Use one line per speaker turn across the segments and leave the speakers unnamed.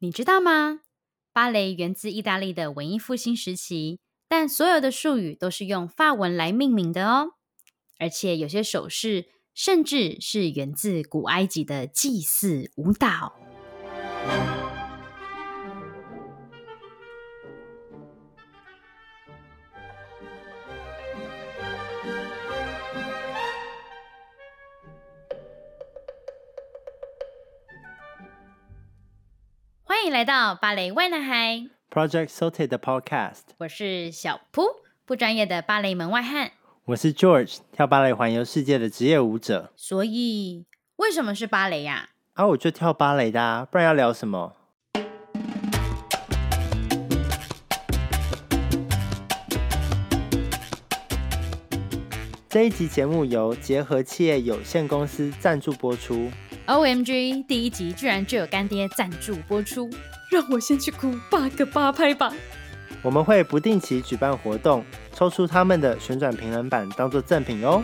你知道吗？芭蕾源自意大利的文艺复兴时期，但所有的术语都是用法文来命名的哦。而且有些手势甚至是源自古埃及的祭祀舞蹈。欢迎来到芭蕾外男孩，
Project Salted 的 Podcast，
我是小扑，不专业的芭蕾门外汉。
我是 George，跳芭蕾环游世界的职业舞者。
所以为什么是芭蕾呀、
啊，我就跳芭蕾的、啊，不然要聊什么？这一集节目由结合企业有限公司赞助播出。
o M G，第一集居然就有干爹赞助播出，让我先去哭八个八拍吧。
我们会不定期举办活动，抽出他们的旋转平衡板当做赠品哦。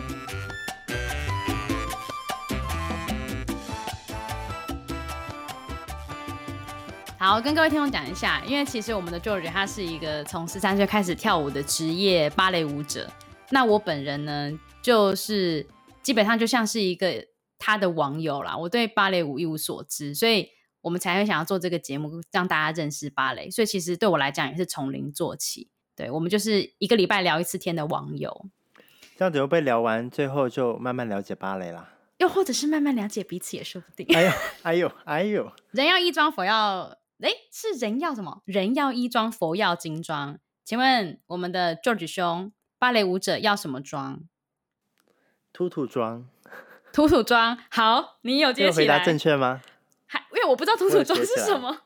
好，跟各位听众讲一下，因为其实我们的 George 他是一个从十三岁开始跳舞的职业芭蕾舞者。那我本人呢，就是基本上就像是一个他的网友啦，我对芭蕾舞一无所知，所以我们才会想要做这个节目，让大家认识芭蕾。所以其实对我来讲也是从零做起。对我们就是一个礼拜聊一次天的网友，
这样子又被聊完，最后就慢慢了解芭蕾啦。
又或者是慢慢了解彼此也说不定。
哎呦，哎呦，哎呦！
人要衣装，佛要哎，是人要什么？人要衣装，佛要金装。请问我们的 George 兄，芭蕾舞者要什么装？
兔兔装，
土土装。好，你有
这
接
个
起
回
来
答，正确吗？
还因为我不知道土土装
我有接
是
起来
什么。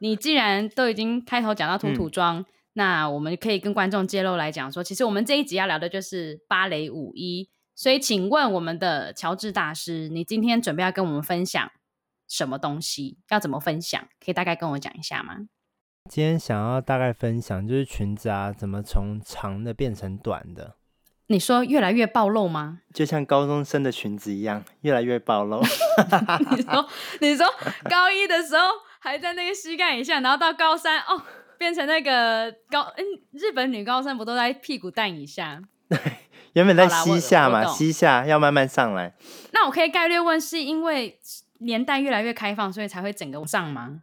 你既然都已经开头讲到
嗯
土土装，那我们可以跟观众揭露来讲说，其实我们这一集要聊的就是芭蕾舞衣。所以，请问我们的乔治大师，你今天准备要跟我们分享什么东西？要怎么分享？可以大概跟我讲一下吗？
今天想要大概分享就是裙子啊，怎么从长的变成短的，
你说越来越暴露吗？
就像高中生的裙子一样，越来越暴 露。
你说，你说高一的时候还在那个膝盖以下，然后到高三哦，变成那个高嗯，日本女高三不都在屁股蛋以下？
原本在
好啦我
膝下
我
嘛，
懂
膝下要慢慢上来。
那我可以概略问，是因为年代越来越开放，所以才会整个上吗？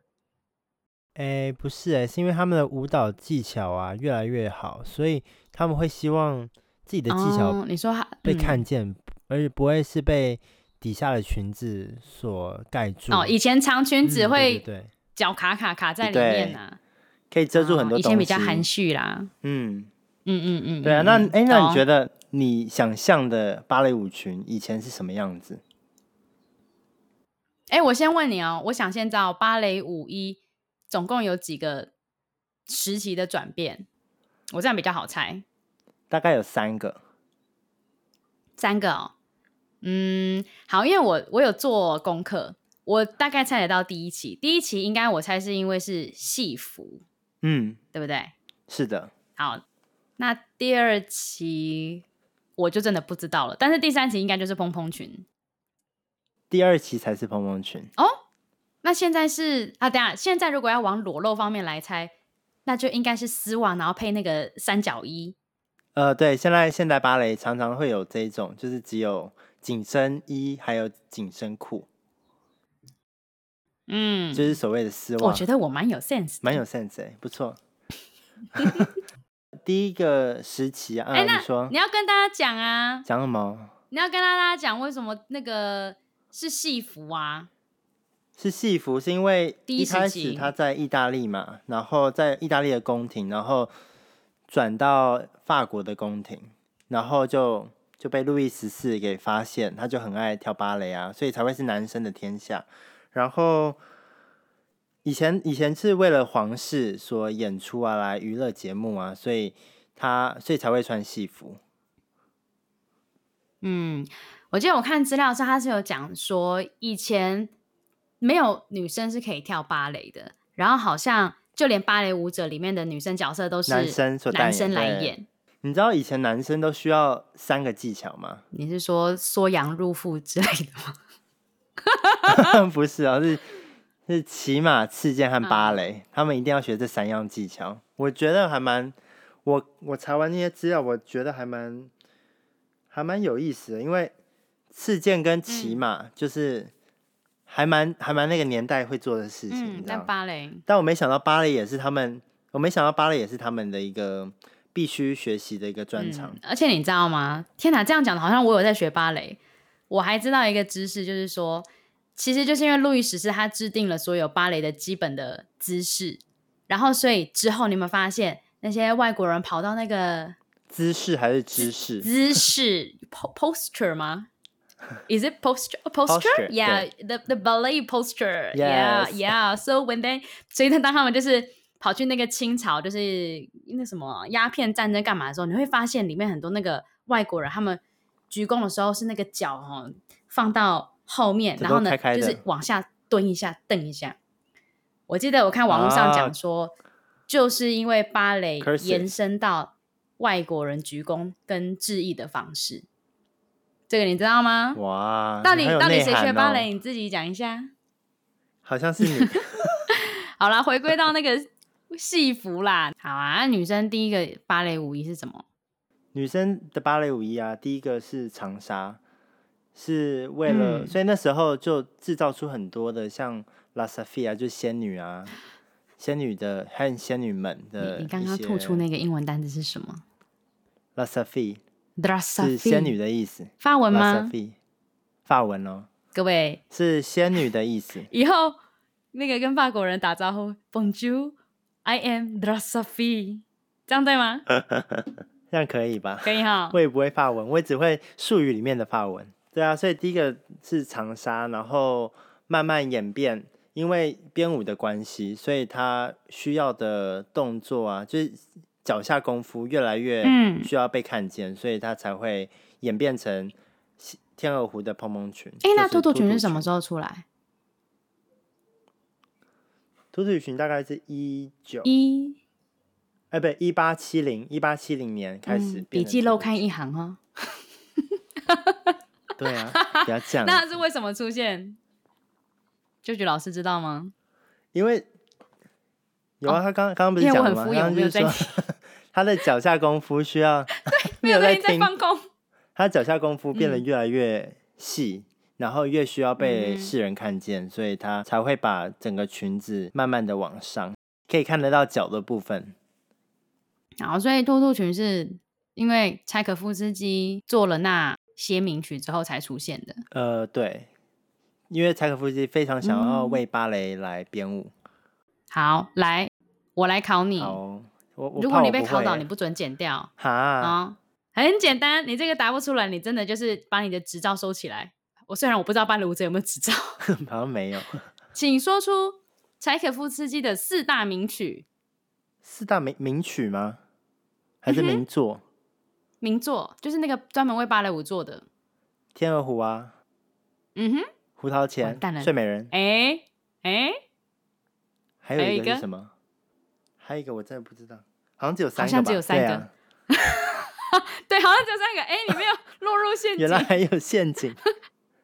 哎，不是哎，是因为他们的舞蹈技巧啊越来越好，所以他们会希望自己的技巧
哦、你说它
被、
嗯
看见，而且不会是被底下的裙子所盖住。
哦，以前长裙
嗯
子
对
会
对对，
脚卡卡卡在里
对
面呐、
可以遮住很
哦
多
以
东西。
前比较含蓄啦。
嗯，
嗯嗯嗯，
对啊，那哎、那你觉
得
得你想象的芭蕾舞裙以前是什么样子？
哎、我先问你哦，我想先知道芭蕾舞衣总共有几个时期的转变，我这样比较好猜。
大概有三个。
三个哦，嗯，好，因为我我有做功课，我大概猜得到第一期，第一期应该我猜是因为是戏服，
嗯，
对不对？
是的，
好，那第二期我就真的不知道了，但是第三期应该就是蓬蓬裙。
第二期才是蓬蓬裙。
那现在是啊，等一下，现在如果要往裸露方面来猜，那就应该是丝袜，然后配那个三角衣。
呃，对，现在现代芭蕾常常会有这一种，就是只有紧身衣还有紧身裤，
嗯，
就是所谓的丝袜。
我觉得我蛮有 sense，的
蛮有。sense 哎，不错。第一个时期啊，
哎、
嗯、
那
你说
你要跟大家讲啊，
讲什么？
你要跟大家讲为什么那个是戏服啊？
是戏服，是因为
第一
一
时
开
期
始他在意大利嘛，然后在意大利的宫廷，然后转到法国的宫廷，然后就就被路易十四给发现，他就很爱跳芭蕾啊，所以才会是男生的天下。然后以前以前是为了皇室所演出啊，来娱乐节目啊，所以他所以才会穿戏服。
嗯，我记得我看资料的时候，他是有讲说以前没有女生是可以跳芭蕾的，然后好像就连芭蕾舞者里面的女生角色都是
男生所
男
扮
生
演
来
对
演。
你知道以前男生都需要三个技巧吗？
你是说缩阳入腹之类的吗？
不是啊，是就是骑马、刺剑和芭
嗯
蕾，他们一定要学这三样技巧。我觉得还蛮，我我查完那些资料，我觉得还蛮还蛮有意思的，因为刺剑跟骑
嗯
马就是还蛮还蛮那个年代会做的事情，你
嗯，
知道
但
吗
芭蕾，
但我没想到芭蕾也是他们，我没想到芭蕾也是他们的一个必须学习的一个专长。
嗯。而且你知道吗？天哪，这样讲的好像我有在学芭蕾。我还知道一个知识，就是说，其实就是因为路易十四他制定了所有芭蕾的基本的姿势，然后所以之后你们发现那些外国人跑到那个
姿势还是知识？
姿 势 po- posture 吗？Is it posture?
Posture，
Posture? Yeah, the the ballet posture. Yeah,
Yes.
yeah. So when they，所以他当他们就是跑去那个清朝，就是那什么鸦片战争干嘛的时候，你会发现里面很多那个外国人，他们鞠躬的时候是那个脚哦放到后面，
这都
然后呢
开开的
就是往下蹲一下、蹬一下。我记得我看网络上
啊
讲说，就是因为芭蕾
Cursive
延伸到外国人鞠躬跟致意的方式，这个你知道吗？
哇，
到
你
底
很有
到底
内
谁学
涵
芭
哦
蕾？？你自己讲一下。
好像是你
好啦，回归到那个 戏服啦。好啊，那女生第一个芭蕾舞衣是什么？
女生的芭蕾舞衣啊。第一个是长纱，是为了、
嗯
所以那时候就制造出很多的像拉萨菲啊，就是仙女啊，仙女的和仙女们的
你你刚刚吐出那个英文单词是什么
拉萨菲
d r a
是仙女的意思，
发文
拉萨
吗？
菲法文哦，
各位
是仙女的意思。
以后那个跟法国人打招呼，Bonjour，I am d r a s a f i 这样对 吗？
这样可以吧？
可以哈。
我也不会法文，我也只会术语里面的法文。对啊，所以第一个是长沙，然后慢慢演变，因为编舞的关系，所以它需要的动作啊，就是脚下功夫越来越
嗯
需要被看见，所以它才会演变成西天鹅湖的蓬蓬裙。
哎、那
就是
兔
兔
兔裙是什么时候出来？
兔兔裙大概是一九
一嗯
哎，不一八七零一八七零年开始
嗯
变
笔
成
记
兔
漏
兔
看
裙
一行哦哈。
对 啊，不要这样。
那它是为什么出现？舅舅老师知道吗？
因为有啊，他刚刚刚不
哦
是
因为
讲
我
了
很
吗？
敷衍
刚刚
我
就
没
是
有在
说 他的脚下功夫 需要
没
有
有
在
在在
听
放空。
他脚下功夫变得
嗯
越来越细，然后越需要被
嗯哼
世人看见，所以他才会把整个裙子慢慢的往上，可以看得到脚的部分。
然后，所以兔兔裙是因为柴可夫斯基做了那些名曲之后才出现的。
呃，对，因为柴可夫斯基非常想要
嗯
为芭蕾来编舞。
好，来，我来考你。
好哦，我我
嗯如果
怕
你
我
被
不
考
会欸
倒，
耶
你不准剪掉
哈，
啊、很简单，你这个答不出来，你真的就是把你的执照收起来。我虽然我不知道芭蕾舞者有没有执照，
好像没有
请说出柴可夫斯基的四大名曲
四大名名曲吗？
嗯
还是名作？
名作，就是那个专门为芭蕾舞做的。
天鹅湖啊，
嗯哼，
胡桃钳
完蛋、了
睡美人，
哎哎，
还有
还有
一
一
个是
个
什么？还有一个我真的不知道，好像只有
好
三个吧？
像只有三
对
个
啊，
对，好像只有三个。哎，你没有 落入陷
原来
阱。
还有陷 阱。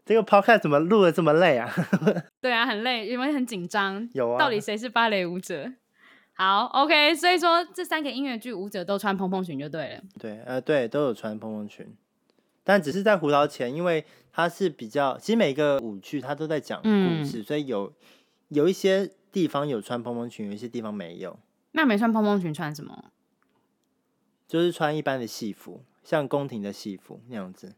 这个 podcast 怎么录的这么累啊？
对啊，很累，因为很紧张。
有啊，
到底谁是芭蕾舞者？好，OK，所以说这三个音乐剧舞者都穿蓬蓬裙就对了。
对，呃，对，都有穿蓬蓬裙，但只是在胡桃钳，因为它是比较，其实每个舞剧它都在讲故
嗯
事，所以有有一些地方有穿蓬蓬裙，有一些地方没有，
那没穿蓬蓬裙穿什么？
就是穿一般的戏服，像宫廷的戏服那样子。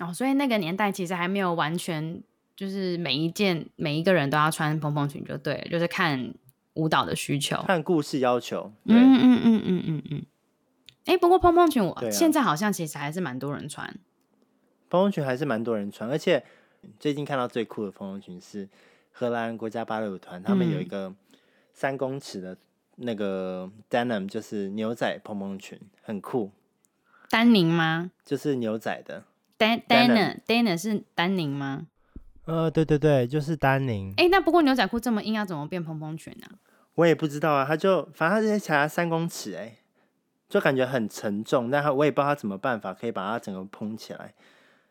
哦，所以那个年代其实还没有完全，就是每一件每一个人都要穿蓬蓬裙就对了，就是看舞蹈的需求。
看故事要求，对，
嗯嗯嗯嗯嗯嗯。哎、不过蓬蓬裙我、
对啊
现在好像其实还是蛮多人穿。
蓬蓬裙还是蛮多人穿，而且最近看到最酷的蓬蓬裙是荷兰国家芭蕾舞团，他们有一
嗯
个三公尺的那个 denim，就是牛仔蓬蓬裙，很酷，
丹宁吗？
就是牛仔的。
丹 Dana
Denim
Dana 是丹宁吗？
呃，对对对，就是丹宁。
哎、那不过牛仔裤这么硬，要怎么变蓬蓬裙呢、
我也不知道啊，他就反正他这些才三公尺、哎，就感觉很沉重，但他我也不知道他怎么办法可以把它整个蓬起来。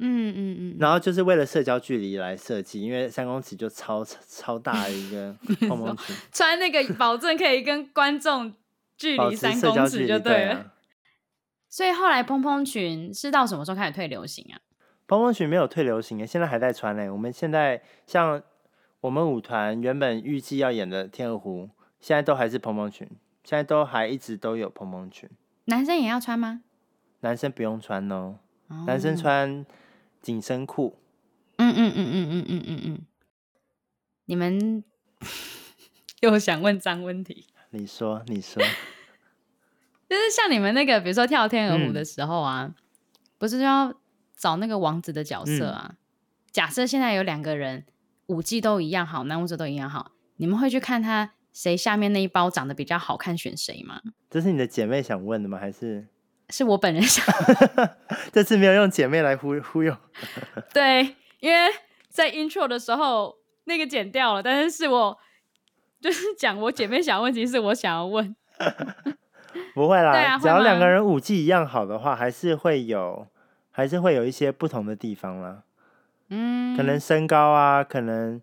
嗯嗯嗯，
然后就是为了社交距离来设计，因为三公尺就超超大的 一个蓬蓬裙，
穿那个保证可以跟观众距
保
离
持
三
社
公
交距
尺
离
就对了。
啊。
所以后来蓬蓬裙是到什么时候开始退流行啊？
蓬蓬裙没有退流行耶，现在还在穿嘞。我们现在像我们舞团原本预计要演的《天鹅湖》，现在都还是蓬蓬裙，现在都还一直都有蓬蓬裙。
男生也要穿吗？
男生不用穿哦，
哦
男生穿紧身裤。
嗯嗯嗯嗯嗯嗯嗯嗯，你们 又想问脏问题，
你说，你说，
就是像你们那个，比如说跳天鹅湖的
嗯
时候啊，不是就要找那个王子的角色啊？假设现在有两个人舞技都一样好，男舞者都一样好，你们会去看他谁下面那一包长得比较好看，选谁吗？
这是你的姐妹想问的吗？还是
是我本人 想
这次没有用姐妹来忽忽悠？
对，因为在 intro 的时候那个剪掉了，但是是我就是讲我姐妹想问题是我想要问，
不会啦，
对啊会
只要两
吗
个人舞技一样好的话，还是会有，还是会有一些不同的地方啦。
嗯，
可能身高啊，可能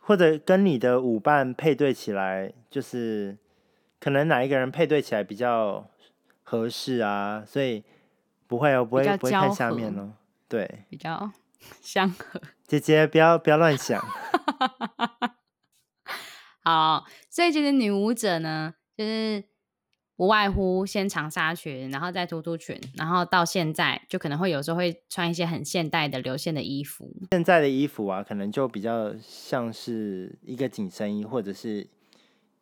或者跟你的舞伴配对起来，就是可能哪一个人配对起来比较合适啊，所以不会哦，不
比较
会不会看
交
下
合
面哦。对，
比 较相合。
姐姐不要不要乱想，
好，所以其实女舞者呢，就是不外乎先长纱裙，然后再突突裙，然后到现在就可能会有时候会穿一些很现代的流线的衣服。
现在的衣服啊，可能就比较像是一个紧身衣或者是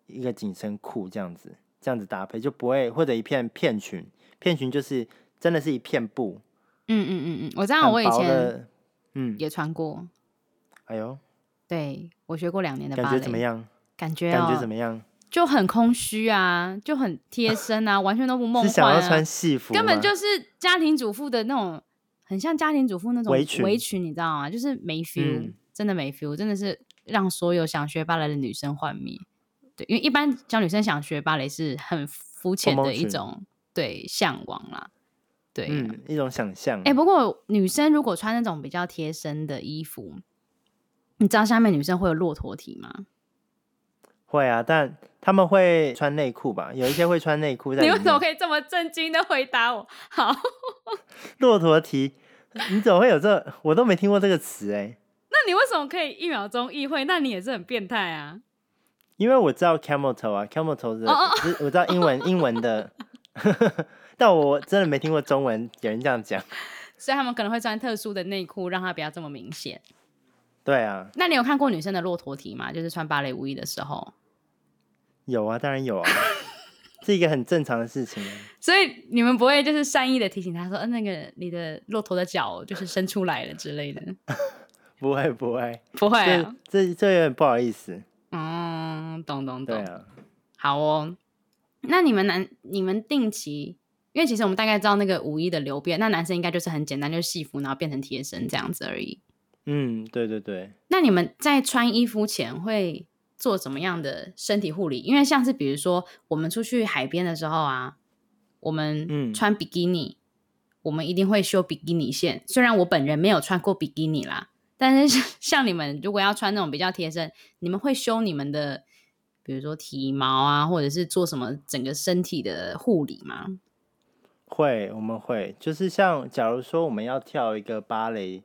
一个紧身裤这样子，这样子搭配就不会或者一片片裙，片裙就是真的是一片布，
嗯嗯嗯嗯，我知道
很
我以
薄
前
的，嗯，
也穿过，
哎呦，
对我学过两年的
感
芭
觉
蕾，
怎么？样？
感觉、哦、
感觉怎么样？
就很空虚啊，就很贴身啊，完全都不梦
是想
幻、
要
啊，
穿戏服吗，
根本就是家庭主妇的那种，很像家庭主妇那种
围裙
你知道吗？就是没 feel，、
嗯
真的没 feel，真的是让所有想学芭蕾的女生幻灭。对，因为一般小女生想学芭蕾是很肤浅
蓬
的
蓬
一
裙
种对向往啦，对。
嗯一种想象。
哎、不过女生如果穿那种比较贴身的衣服，你知道下面女生会有骆驼体吗？
会啊，但他们会穿内裤吧？有一些会穿内裤在
你
里
为什么
面。
可以这么震惊的回答我？好，
骆驼蹄，你怎么会有这？我都没听过这个词哎、
那你为什么可以一秒钟意会？那你也是很变态啊！
因为我知道 camel toe 啊，camel toe 的，
哦哦
是我知道英 文英文的， 但我真的没听过中文有人这样讲。
所以他们可能会穿特殊的内裤，让它不要这么明显。
对啊，
那你有看过女生的骆驼体吗？就是穿芭蕾舞衣的时候，
有啊，当然 有啊，是一个很正常的事情啊。
所以你们不会就是善意的提醒她说，嗯、那个你的骆驼的脚就是伸出来了之类的，
不会不会，
不会、
这
啊。
这这有点不好意思。
嗯，懂懂懂。
对啊，
好哦，那你们男你们定期，因为其实我们大概知道那个舞衣的流变，那男生应该就是很简单，就是戏服，然后变成贴身这样子而已。
嗯，对对对。
那你们在穿衣服前会做怎么样的身体护理？因为像是比如说我们出去海边的时候啊，我们
嗯
穿比基尼，我们一定会修比基尼线。虽然我本人没有穿过比基尼啦，但是 像你们如果要穿那种比较贴身，你们会修你们的，比如说体毛啊，或者是做什么整个身体的护理吗？
会，我们会，就是像假如说我们要跳一个芭蕾，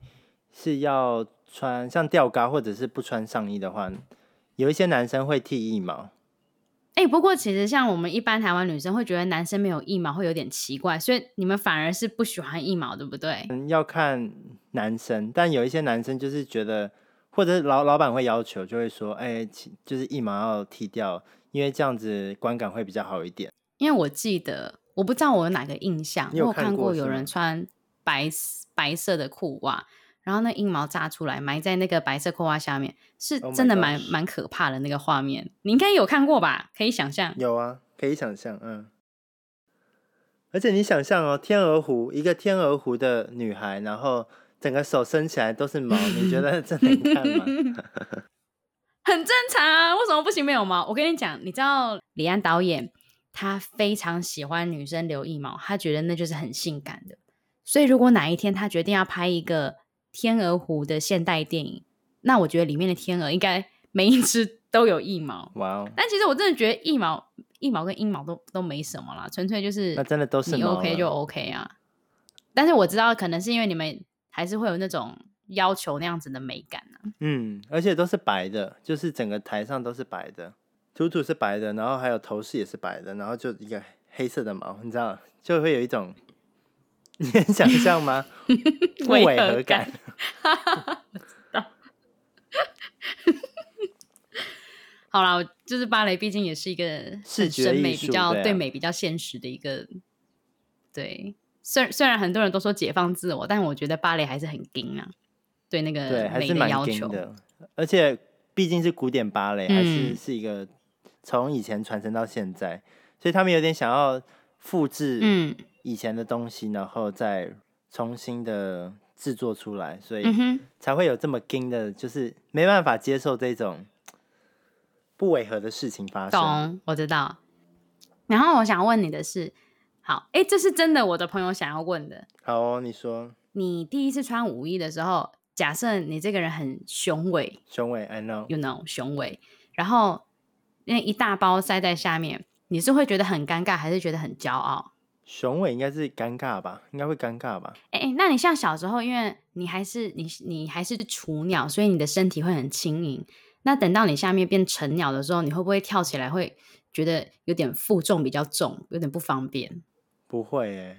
是要穿像吊嘎或者是不穿上衣的话，有一些男生会剃腋毛，
哎、不过其实像我们一般台湾女生会觉得男生没有腋毛会有点奇怪，所以你们反而是不喜欢腋毛，对不对？
嗯，要看男生，但有一些男生就是觉得，或者是老老板会要求，就会说，哎、其就是腋毛要剃掉，因为这样子观感会比较好一点。
因为我记得，我不知道我有哪个印象，
你有
我有
看
看
过
过
是
有人
吗
穿白 s- 白色的裤袜，然后那阴毛炸出来，埋在那个白色裤袜下面，是
Oh my
真的蛮
gosh
蛮可怕的那个画面。你应该有看过吧？可以想象。
有啊，可以想象，嗯。而且你想象哦，天鹅湖一个天鹅湖的女孩，然后整个手伸起来都是毛，你觉得这能看吗？
很正常啊，为什么不行没有毛？我跟你讲，你知道李安导演他非常喜欢女生留腋毛，他觉得那就是很性感的。所以如果哪一天他决定要拍一个天鹅湖的现代电影，那我觉得里面的天鹅应该每一只都有一毛。
哇哦，
但其实我真的觉得一毛、一毛跟阴毛都都没什么啦，纯粹就是
那真的都是
你
毛
OK
了
就 OK 啊。但是我知道，可能是因为你们还是会有那种要求那样子的美感啊。
嗯，而且都是白的，就是整个台上都是白的，图图是白的，然后还有头饰也是白的，然后就一个黑色的毛，你知道，就会有一种，你能想象吗？
违
违
和
和感
感。好啦，我就是芭蕾，毕竟也是一个
视
很
觉
审
艺
美比
术
较
对啊
对美比较现实的一个。对，虽虽然很多人都说解放自我，但我觉得芭蕾还是很硬啊，对那
对，
个
还
美
是蛮
要
硬
求。
的，而且毕竟是古典芭蕾，还是
嗯
是一个从以前传承到现在，所以他们有点想要复制
嗯
以前的东西，然后再重新的制作出来，所以
嗯哼，
才会有这么硬的，就是没办法接受这种不违和的事情发生。
懂，我知道。然后我想问你的是，好，哎，这是真的，我的朋友想要问的。
好、哦，你说
你第一次穿舞衣的时候，假设你这个人很雄伟，
雄伟，I know，
you know 雄伟，然后那一大包塞在下面，你是会觉得很尴尬，还是觉得很骄傲？
雄伟应该是尴尬吧？应该会尴尬吧？
哎、诶那你像小时候，因为你还是你你还是雏鸟，所以你的身体会很轻盈。那等到你下面变成鸟的时候，你会不会跳起来会觉得有点负重比较重，有点不方便？
不会诶、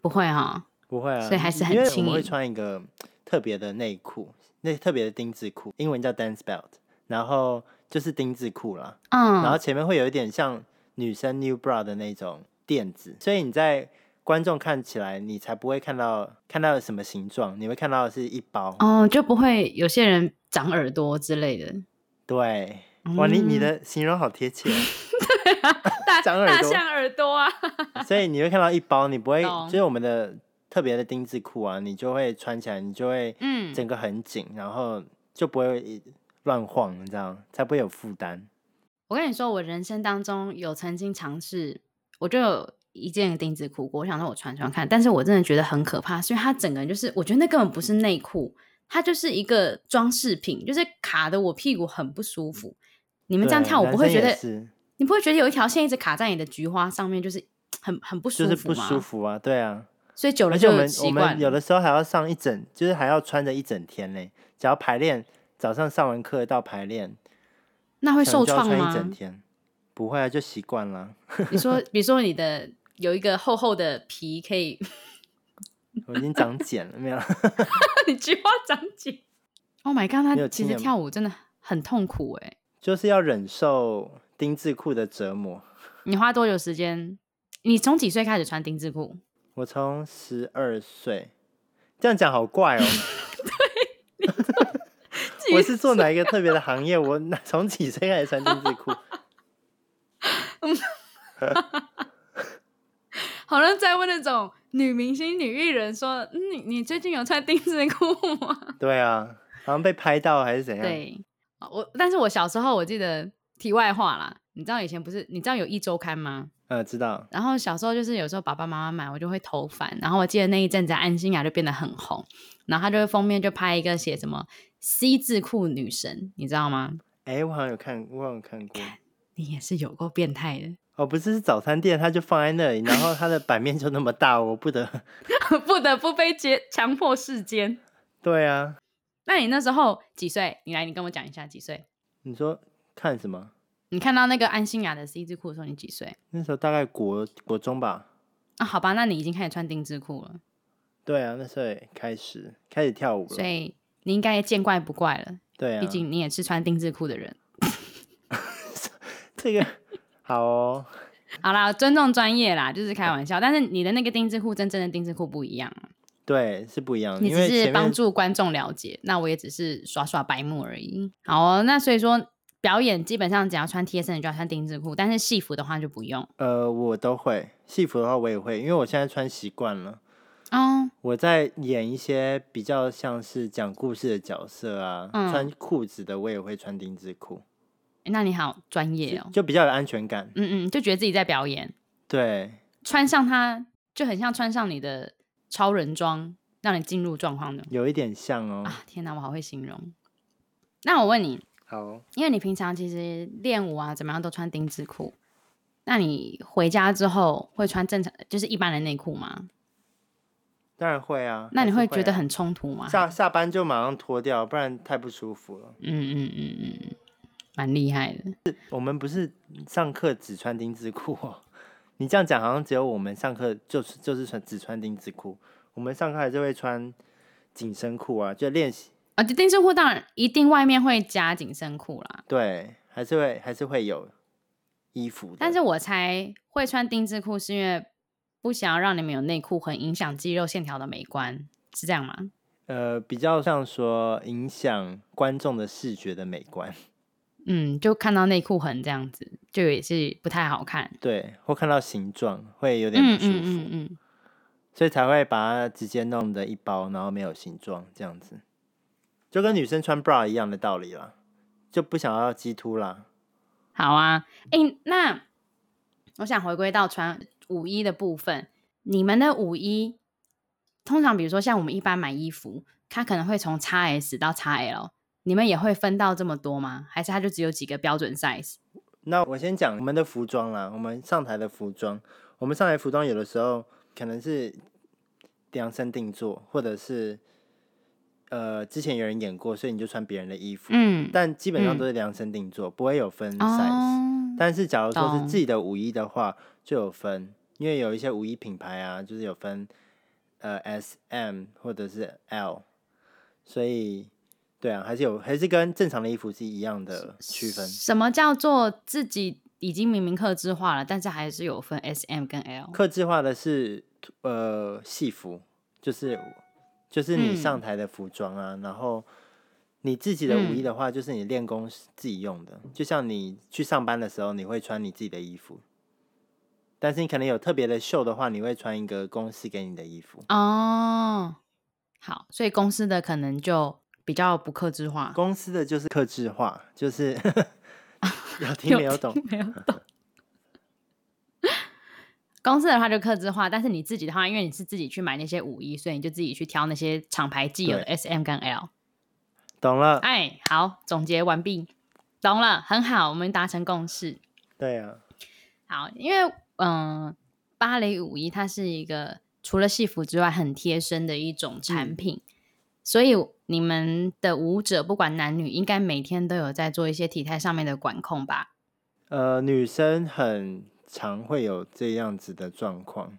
不会哈、
不会啊，
所以还是很
因为我
轻
们会
盈
穿一个特别的内裤，那特别的丁字裤，英文叫 dance belt，然后就是丁字裤啦，然后
嗯，
前面会有一点像女生 new bra 的那种垫子，所以你在观众看起来，你才不会看到看到什么形状，你会看到的是一包。
哦，就不会有些人长耳朵之类的。
对，哇，你你
嗯啊
的形容好贴 切哦，
大
长耳
大
朵
象耳朵啊，
所以你会看到一包，你不会
懂
就是我们的特别的丁字裤啊，你就会穿起来，你就会
嗯，
整个很紧，然后就不会一乱晃，你知道，才不会有负担。
我跟你说，我人生当中有曾经尝试，我就有一件丁字裤过，我想说我穿穿看，但是我真的觉得很可怕，所以它整个人就是，我觉得那根本不是内裤，它就是一个装饰品，就是卡的我屁股很不舒
嗯
服。你
你
们这样跳，我不会觉得，
是
你不会觉得有一条线一直卡在你的菊花上面，就是很很不舒
就
服
是
吗？
不舒服啊，对啊，
所以久了
而且
就
我们我
习惯
们有
了。
的时候还要上一整，就是还要穿着一整天嘞，只要排练，早上上完课到排练，
那会
可能
受
就要
创
穿一整
吗？
天，不会啊，就习惯了。
你说，比如说你的有一个厚厚的皮可以
我已经长茧了，没有啦？
你菊花长茧。Oh my god！
你
他
有经
其实
验吗
跳舞真的很痛苦哎、
就是要忍受丁字裤的折磨。
你花多久时间？你从几岁开始穿丁字裤？
我从十二岁，这样讲好怪哦。我是做哪一个特别的行业？我哪从几岁开始穿丁字裤？
好像在问那种女明星、女艺人说：“嗯，你你最近有穿丁字裤吗
对啊，好像被拍到还是怎？”样？
对，哦我但是我小时候我记得题外话啦，你知道以前不是你知道有一周刊吗？
呃，知道。
然后小时候就是有时候爸爸妈妈买，我就会投反。然后我记得那一阵子安心啊雅就变得很红，然后她就会封面就拍一个写什么 “C 字裤女神”，你知道吗？
哎、我好像有看，我好像有看过。
你也是有够变态的，
哦，不是，是早餐店，它就放在那里，然后它的版面就那么大，我不得。
不得不被接强迫世间。
对啊，
那你那时候几岁？你来，你跟我讲一下几岁？
你说看什么？
你看到那个安心雅的 C 字裤的时候，你几岁？
那时候大概国国中吧。
啊，好吧，那你已经开始穿丁字裤了，
对啊，那时候也开始开始跳舞
所
了。
以你应该也见怪不怪了。
对啊，
毕竟你也是穿丁字裤的人。
这个 好哦。
好啦，尊重专业啦，就是开玩笑。但是你的那个丁字裤，真正的丁字裤不一样啊，
对，是不一样的，
你
哦因
只
为
是
前面
帮助观众了解，那我也只是耍耍白目而已。好哦，那所以说表演基本上只要穿贴身，你就要穿丁字裤，但是戏服的话就不用
呃，我都会戏服的话，我也会，因为我现在穿习惯了。
哦。
我在演一些比较像是讲故事的角色啊，
嗯
穿裤子的我也会穿丁字裤，
欸那你好专业哦，
就比较有安全感。
嗯嗯，就觉得自己在表演，
对，
穿上它就很像穿上你的超人装，让你进入状况呢？
有一点像哦。
啊，天哪，我好会形容。那我问你，
好，
因为你平常其实练舞啊，怎么样都穿丁字裤，那你回家之后会穿正常，就是一般的内裤吗？
当然会啊。
那你
还
会
是会
觉得
啊
很冲突吗？
下下班就马上脱掉，不然太不舒服了。
嗯嗯嗯嗯嗯，蛮厉害的。
我们不是上课只穿丁字裤哦。 你这样讲好像只有我们上课就是就是穿只穿丁字裤，我们上课还是会穿紧身裤啊，就练习
啊，丁字裤当然一定外面会加紧身裤啦，
对，还是会还是会有衣服的。
但是我猜会穿丁字裤是因为不想要让你们有内裤很影响肌肉线条的美观，是这样吗？
呃，比较像说影响观众的视觉的美观，
嗯，就看到内裤痕这样子，就也是不太好看。
对，或看到形状会有点
嗯
不舒服，
嗯嗯嗯，
所以才会把它直接弄得一包，然后没有形状这样子，就跟女生穿 bra 一样的道理啦，就不想要鸡突啦。
好啊。哎、那我想回归到穿舞衣的部分，你们的舞衣通常比如说像我们一般买衣服，它可能会从 XS 到 XL，你们也会分到这么多吗？还是它就只有几个标准 size？
那我先讲我们的服装啦，我们上台的服装，我们上台服装有的时候可能是量身定做，或者是呃之前有人演过，所以你就穿别人的衣服，
嗯，
但基本上
嗯
都是量身定做，不会有分 size。
哦，
但是假如说
懂
是自己的舞衣的话，就有分，因为有一些舞衣品牌啊，就是有分呃 S、M 或者是 L，所以对啊，还是有还是跟正常的衣服是一样的区分。
什么叫做自己已经明明克制化了，但是还是有分 S、M 跟 L？
克制化的是呃戏服，就是就是你
嗯
上台的服装啊，然后你自己的舞衣的话，就是你练功时自己用的，就像你去上班的时候，你会穿你自己的衣服，但是你可能有特别的秀的话，你会穿一个公司给你的衣服。
哦，好，所以公司的可能就比较不克制化，
公司的就是克制化，就是 有听
有
没有懂？
没有懂。公司的话就克制化，但是你自己的话，因为你是自己去买那些舞衣，所以你就自己去挑那些厂牌既有的 S、M 跟 L。
懂了，
哎，好，总结完毕，懂了，很好，我们达成共识。
对啊，
好，因为嗯、呃芭蕾舞衣它是一个除了戏服之外很贴身的一种
嗯
产品，所以你们的舞者不管男女，应该每天都有在做一些体态上面的管控吧？
呃，女生很常会有这样子的状况，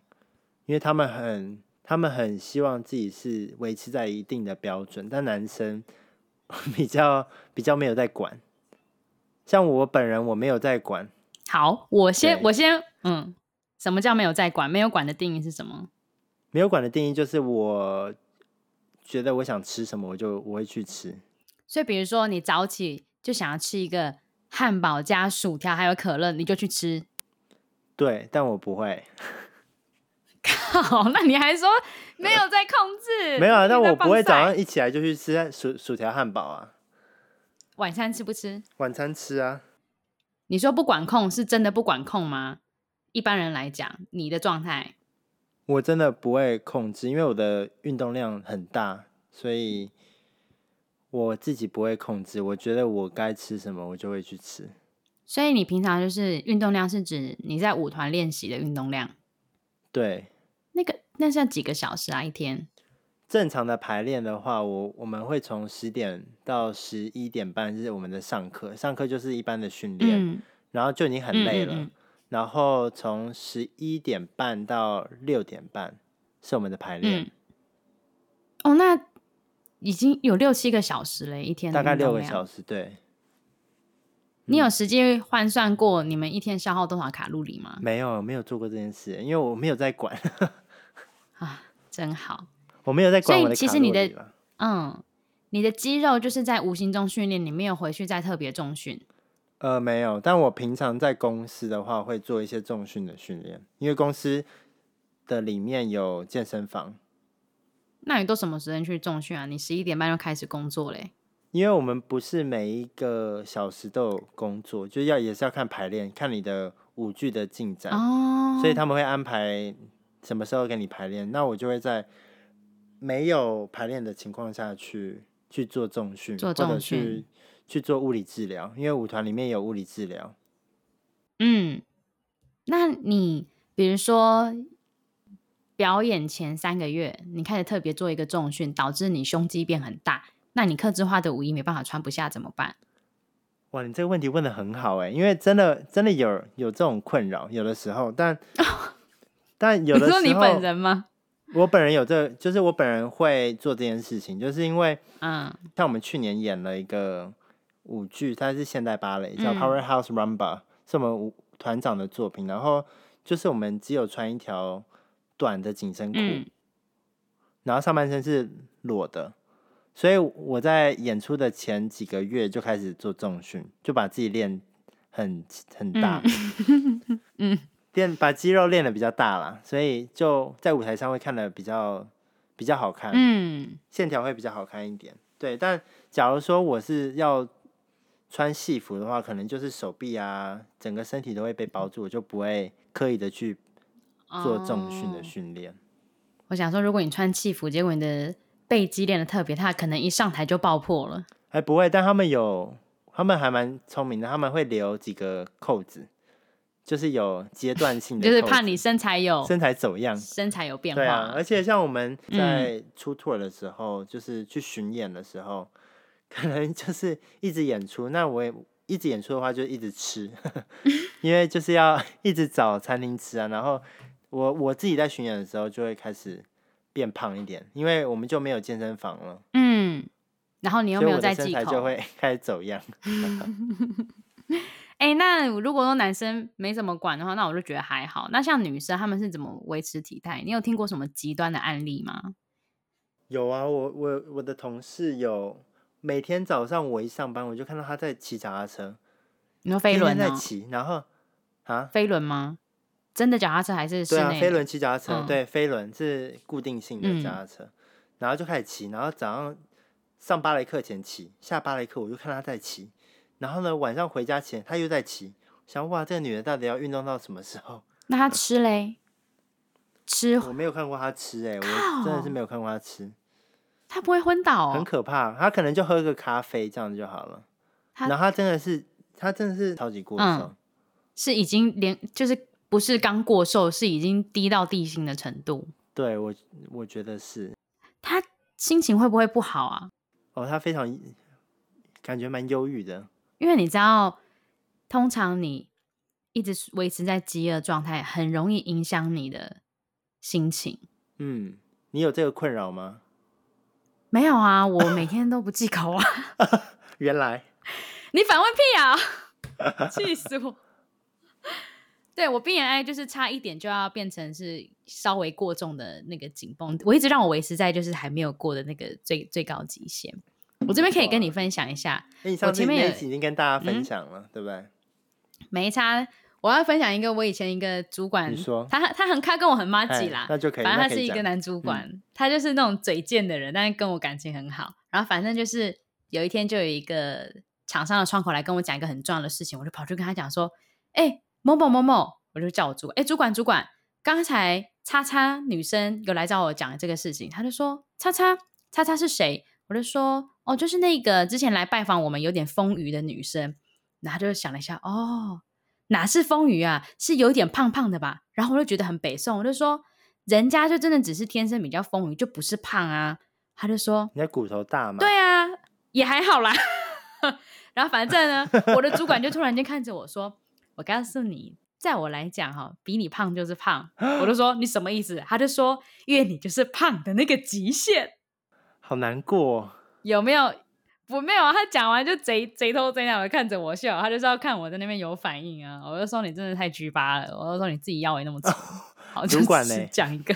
因为他们很，他们很希望自己是维持在一定的标准，但男生 比较比较没有在管。像我本人，我没有在管，
好，我先
对
我先嗯，什么叫没有在管？没有管的定义是什么？
没有管的定义就是我觉得我想吃什么，我就我会去吃。
所以比如说你早起就想要吃一个汉堡加薯条还有可乐，你就去吃。
对，但我不会，
好，那你还说没有在控制？
没有啊，
那
但我不会早上一起来就去吃薯薯条汉堡啊，
晚餐吃不吃？
晚餐吃啊。
你说不管控是真的不管控吗？一般人来讲，你的状态
我真的不会控制，因为我的运动量很大，所以我自己不会控制。我觉得我该吃什么，我就会去吃。
所以你平常就是运动量是指你在舞团练习的运动量，
对，
那个那是要几个小时啊？一天？
正常的排练的话，我我们会从十点到十一点半是我们的上课，上课就是一般的训练，
嗯，
然后就已经很累了。
嗯嗯嗯
然后从十一点半到六点半是我们的排练，
嗯哦，那已经有六七个小时嘞，一天的
大概
嗯运动
六个
量嗯
小嗯时。对，
你有实际换算过你们一天消耗多少卡路里吗？
没有没有做过这件事，因为我没有在管，
啊，真好。
我没有在
所
管
以
我的
其
卡
实你
路
的
里啦
嗯，你的肌肉就是在无形中训练，你没有回去再特别重训。
呃，没有，但我平常在公司的话会做一些重训的训练，因为公司的里面有健身房，
那你都什么时间去重训啊？你十一点半就开始工作嘞。
因为我们不是每一个小时都有工作，就要也是要看排练，看你的舞剧的进展，
哦，
所以他们会安排什么时候给你排练，那我就会在没有排练的情况下去去做重训，
做
或
重
者去
训
去做物理治疗，因为舞团里面有物理治疗。
嗯，那你比如说表演前三个月，你开始特别做一个重训，导致你胸肌变很大，那你克制化的舞衣没办法穿不下怎么办？
哇，你这个问题问的很好哎、因为真的真的有有这种困扰，有的时 候，但但有
你
的时候
说你本人吗？
我本人有这就是我本人会做这件事情，就是因为
嗯
像我们去年演了一个舞剧，它是现代芭蕾，叫《
嗯
Powerhouse Rumba》，是我们舞团长的作品。然后就是我们只有穿一条短的紧身裤，
嗯
然后上半身是裸的，所以我在演出的前几个月就开始做重训，就把自己练很很大，
嗯
练把肌肉练的比较大啦，所以就在舞台上会看的比较比较好看。
嗯
线条会比较好看一点。对，但假如说我是要穿戏服的话，可能就是手臂啊，整个身体都会被包住，我就不会刻意的去做重训的
哦
训练。
我想说，如果你穿气服，结果你的背肌练的特别大，可能一上台就爆破了。
哎、不会，但他们有，他们还蛮聪明的，他们会留几个扣子，就是有阶段性 的
就
扣子，
是怕你身材有
身材走样。
身材有变化。
对啊，而且像我们
嗯
在出 tour 的时候，就是去巡演的时候，可能就是一直演出。那我也一直演出的话，就一直吃， 因为就是要 一直找餐厅吃啊。然后我我自己在巡演的时候，就会开始变胖一点，因为我们就没有健身房了，
嗯，然后你又
所
没
以
有
我的
在
身
忌
材就
口。
会 开始走样。
哎、那如果说男生没怎么管的话，那我就觉得还好。那像女生他们是怎么维持体态？你有听过什么极端的案例吗？
有啊，我我我的同事有每天早上我一上班，我就看到他在骑脚踏车，
你说飞
天天
轮
在
哦，
骑，然后啊。
飞轮吗？真的脚踏车还是室
对
内
啊，
的
飞轮骑脚踏车，
嗯
对，飞轮是固定性的
嗯
脚踏车，然后就开始骑，然后早上上芭蕾课前骑，下芭蕾课我就看她在骑，然后呢晚上回家前她又在骑，想哇这个女的到底要运动到什么时候？
那他吃嘞？吃
我没有看过她吃、欸，我真的是没有看过她吃，
他不会昏倒
很
哦？
可怕。她可能就喝个咖啡这样就好了，
她
然后她真的是她真的是超级过
嗯
瘦，
是已经连就是不是刚过瘦，是已经低到地心的程度。
对我我觉得是，
他心情会不会不好啊？
哦她非常感觉蛮忧郁的，
因为你知道，通常你一直维持在饥饿状态，很容易影响你的心情。
嗯，你有这个困扰吗？
没有啊，我每天都不忌口啊！
原来，
你反问屁啊！ 气死我！对我 BMI 就是差一点就要变成是稍微过重的那个紧绷，我一直让我维持在就是还没有过的那个最最高极限。我这边可以跟你分享一下，
那哎你上次
前面
那
有
一集已经跟大家分
嗯
享了，对不对？
没差。我要分享一个我以前一个主管，
你说
他他很他跟我很妈
哎
吉啦，
那就可以，
反
那
正他
可以
是一个
讲，嗯
男主管，他就是那种嘴贱的人，但是跟我感情很好。然后反正就是有一天就有一个厂商的窗口来跟我讲一个很重要的事情，我就跑去跟他讲说：“哎、某某某某，我就叫我主管，哎、主管主管，刚才叉叉女生有来找我讲这个事情，他就说叉叉叉叉是谁？我就说哦，就是那个之前来拜访我们有点丰腴的女生。”然后他就想了一下，哦，哪是丰腴啊，是有点胖胖的吧？然后我就觉得很北宋，我就说人家就真的只是天生比较丰腴，就不是胖啊。他就说
你的骨头大嘛？
对啊，也还好啦。 然后反正呢，我的主管就突然间看着我说：“我告诉你，在我来讲哈、比你胖就是胖。”我就说：“你什么意思？”他就说：“因为你就是胖的那个极限，
好难过哦，
有没有？”我没有啊，他讲完就贼贼头贼脑的看着我笑，他就是要看我在那边有反应啊。我就说你真的太鸡巴了，我就说你自己腰围那么粗，好，就
哦 主管
只
呢
讲一个。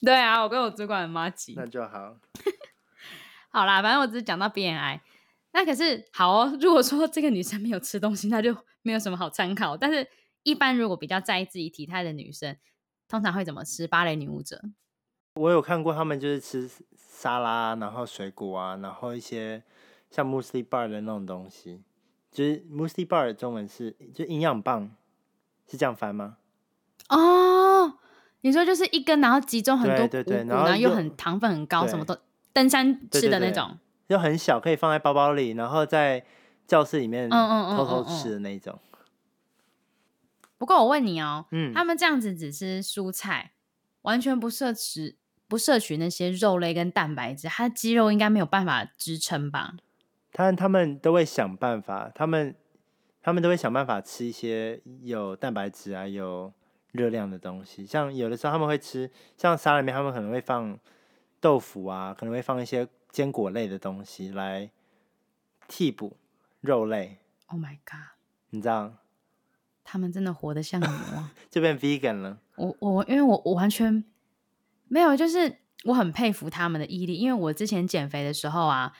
对啊，我跟我主管妈急，
那就好。
好啦，反正我只是讲到 BMI。那可是好哦，如果说这个女生没有吃东西，那就没有什么好参考。但是，一般如果比较在意自己体态的女生，通常会怎么吃？芭蕾女舞者，
我有看过他们就是吃沙拉，然后水果啊，然后一些像 muesli bar 的那种东西，就是 muesli bar 的中文是就营养棒，是这样翻吗？
哦，你说就是一根，然后集中很多
对
骨
对
骨，
对然后
又
又
很糖分很高，
对
什么都登山
对
吃的
对
那
对
种。
就很小，可以放在包包里，然后在教室里面
嗯嗯嗯
偷偷
嗯嗯
吃的那一种。
不过我问你哦，
嗯，
他们这样子只吃蔬菜，完全不摄取不摄取那些肉类跟蛋白质，他的肌肉应该没有办法支撑吧？
他他们都会想办法，他们他们都会想办法吃一些有蛋白质啊、有热量的东西。像有的时候他们会吃，像沙拉里面他们可能会放豆腐啊，可能会放一些坚果类的东西来替补肉类，
Oh my god，
你知道，
他们真的活得像牛啊！
就变 vegan 了。
我我因为我我完全没有，就是我很佩服他们的毅力，因为我之前减肥的时候啊，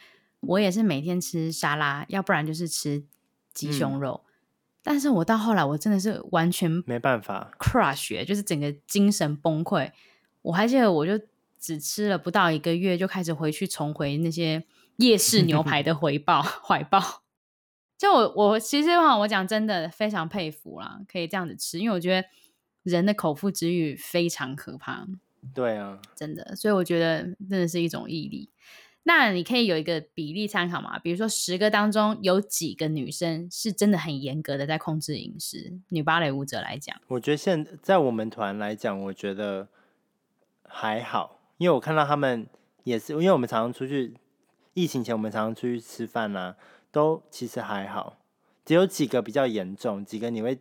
我也是每天吃沙拉，要不然就是吃鸡胸肉，但是我到后来我真的是完全
没办法，
crush，、欸、就是整个精神崩溃。我还记得，我就只吃了不到一个月，就开始回去重回那些夜市牛排的回报 怀抱。就我我其实哈，我讲真的非常佩服啦，可以这样子吃，因为我觉得人的口腹之欲非常可怕，
对啊，
真的。所以我觉得真的是一种毅力。那你可以有一个比例参考嘛？比如说十个当中有几个女生是真的很严格的在控制饮食，女芭蕾舞者来讲。
我觉得现在我们团来讲，我觉得还好，因为我看到他们也是，因为我们常常出去，疫情前我们常常出去吃饭啊，都其实还好，只有几个比较严重，几个你会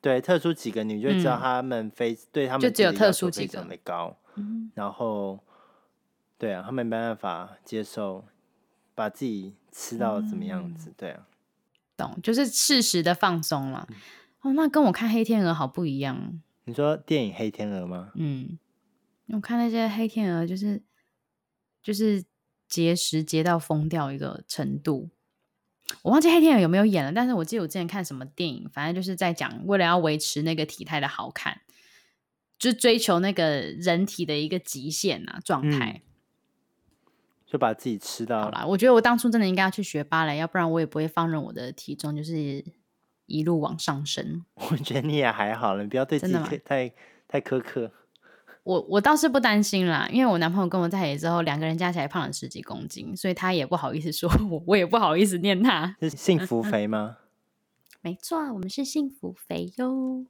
对特殊几个，你就会知道
嗯
他们非、对他们
就只有
自己要
特
求
殊几
非常
个
的高，
嗯，
然后对啊，他们没办法接受把自己吃到怎么样
嗯
子，对啊，
懂，就是适时的放松了。哦，那跟我看黑天鹅好不一样哦。
你说电影《黑天鹅》吗？
嗯，我看那些黑天鹅就是就是节食节到疯掉一个程度。我忘记黑天鹅有没有演了，但是我记得我之前看什么电影，反正就是在讲为了要维持那个体态的好看，就追求那个人体的一个极限啊状态。
就把自己吃到
好啦，我觉得我当初真的应该要去学芭蕾，要不然我也不会放任我的体重就是一路往上升。
我觉得你也还好了，你不要对自
真
己
的吗
太太太苛刻。
我我倒是不担心啦，因为我男朋友跟我在一起之后，两个人加起来胖了十几公斤，所以他也不好意思说 我，我也不好意思念他。
是幸福肥吗？
没错，我们是幸福肥哟。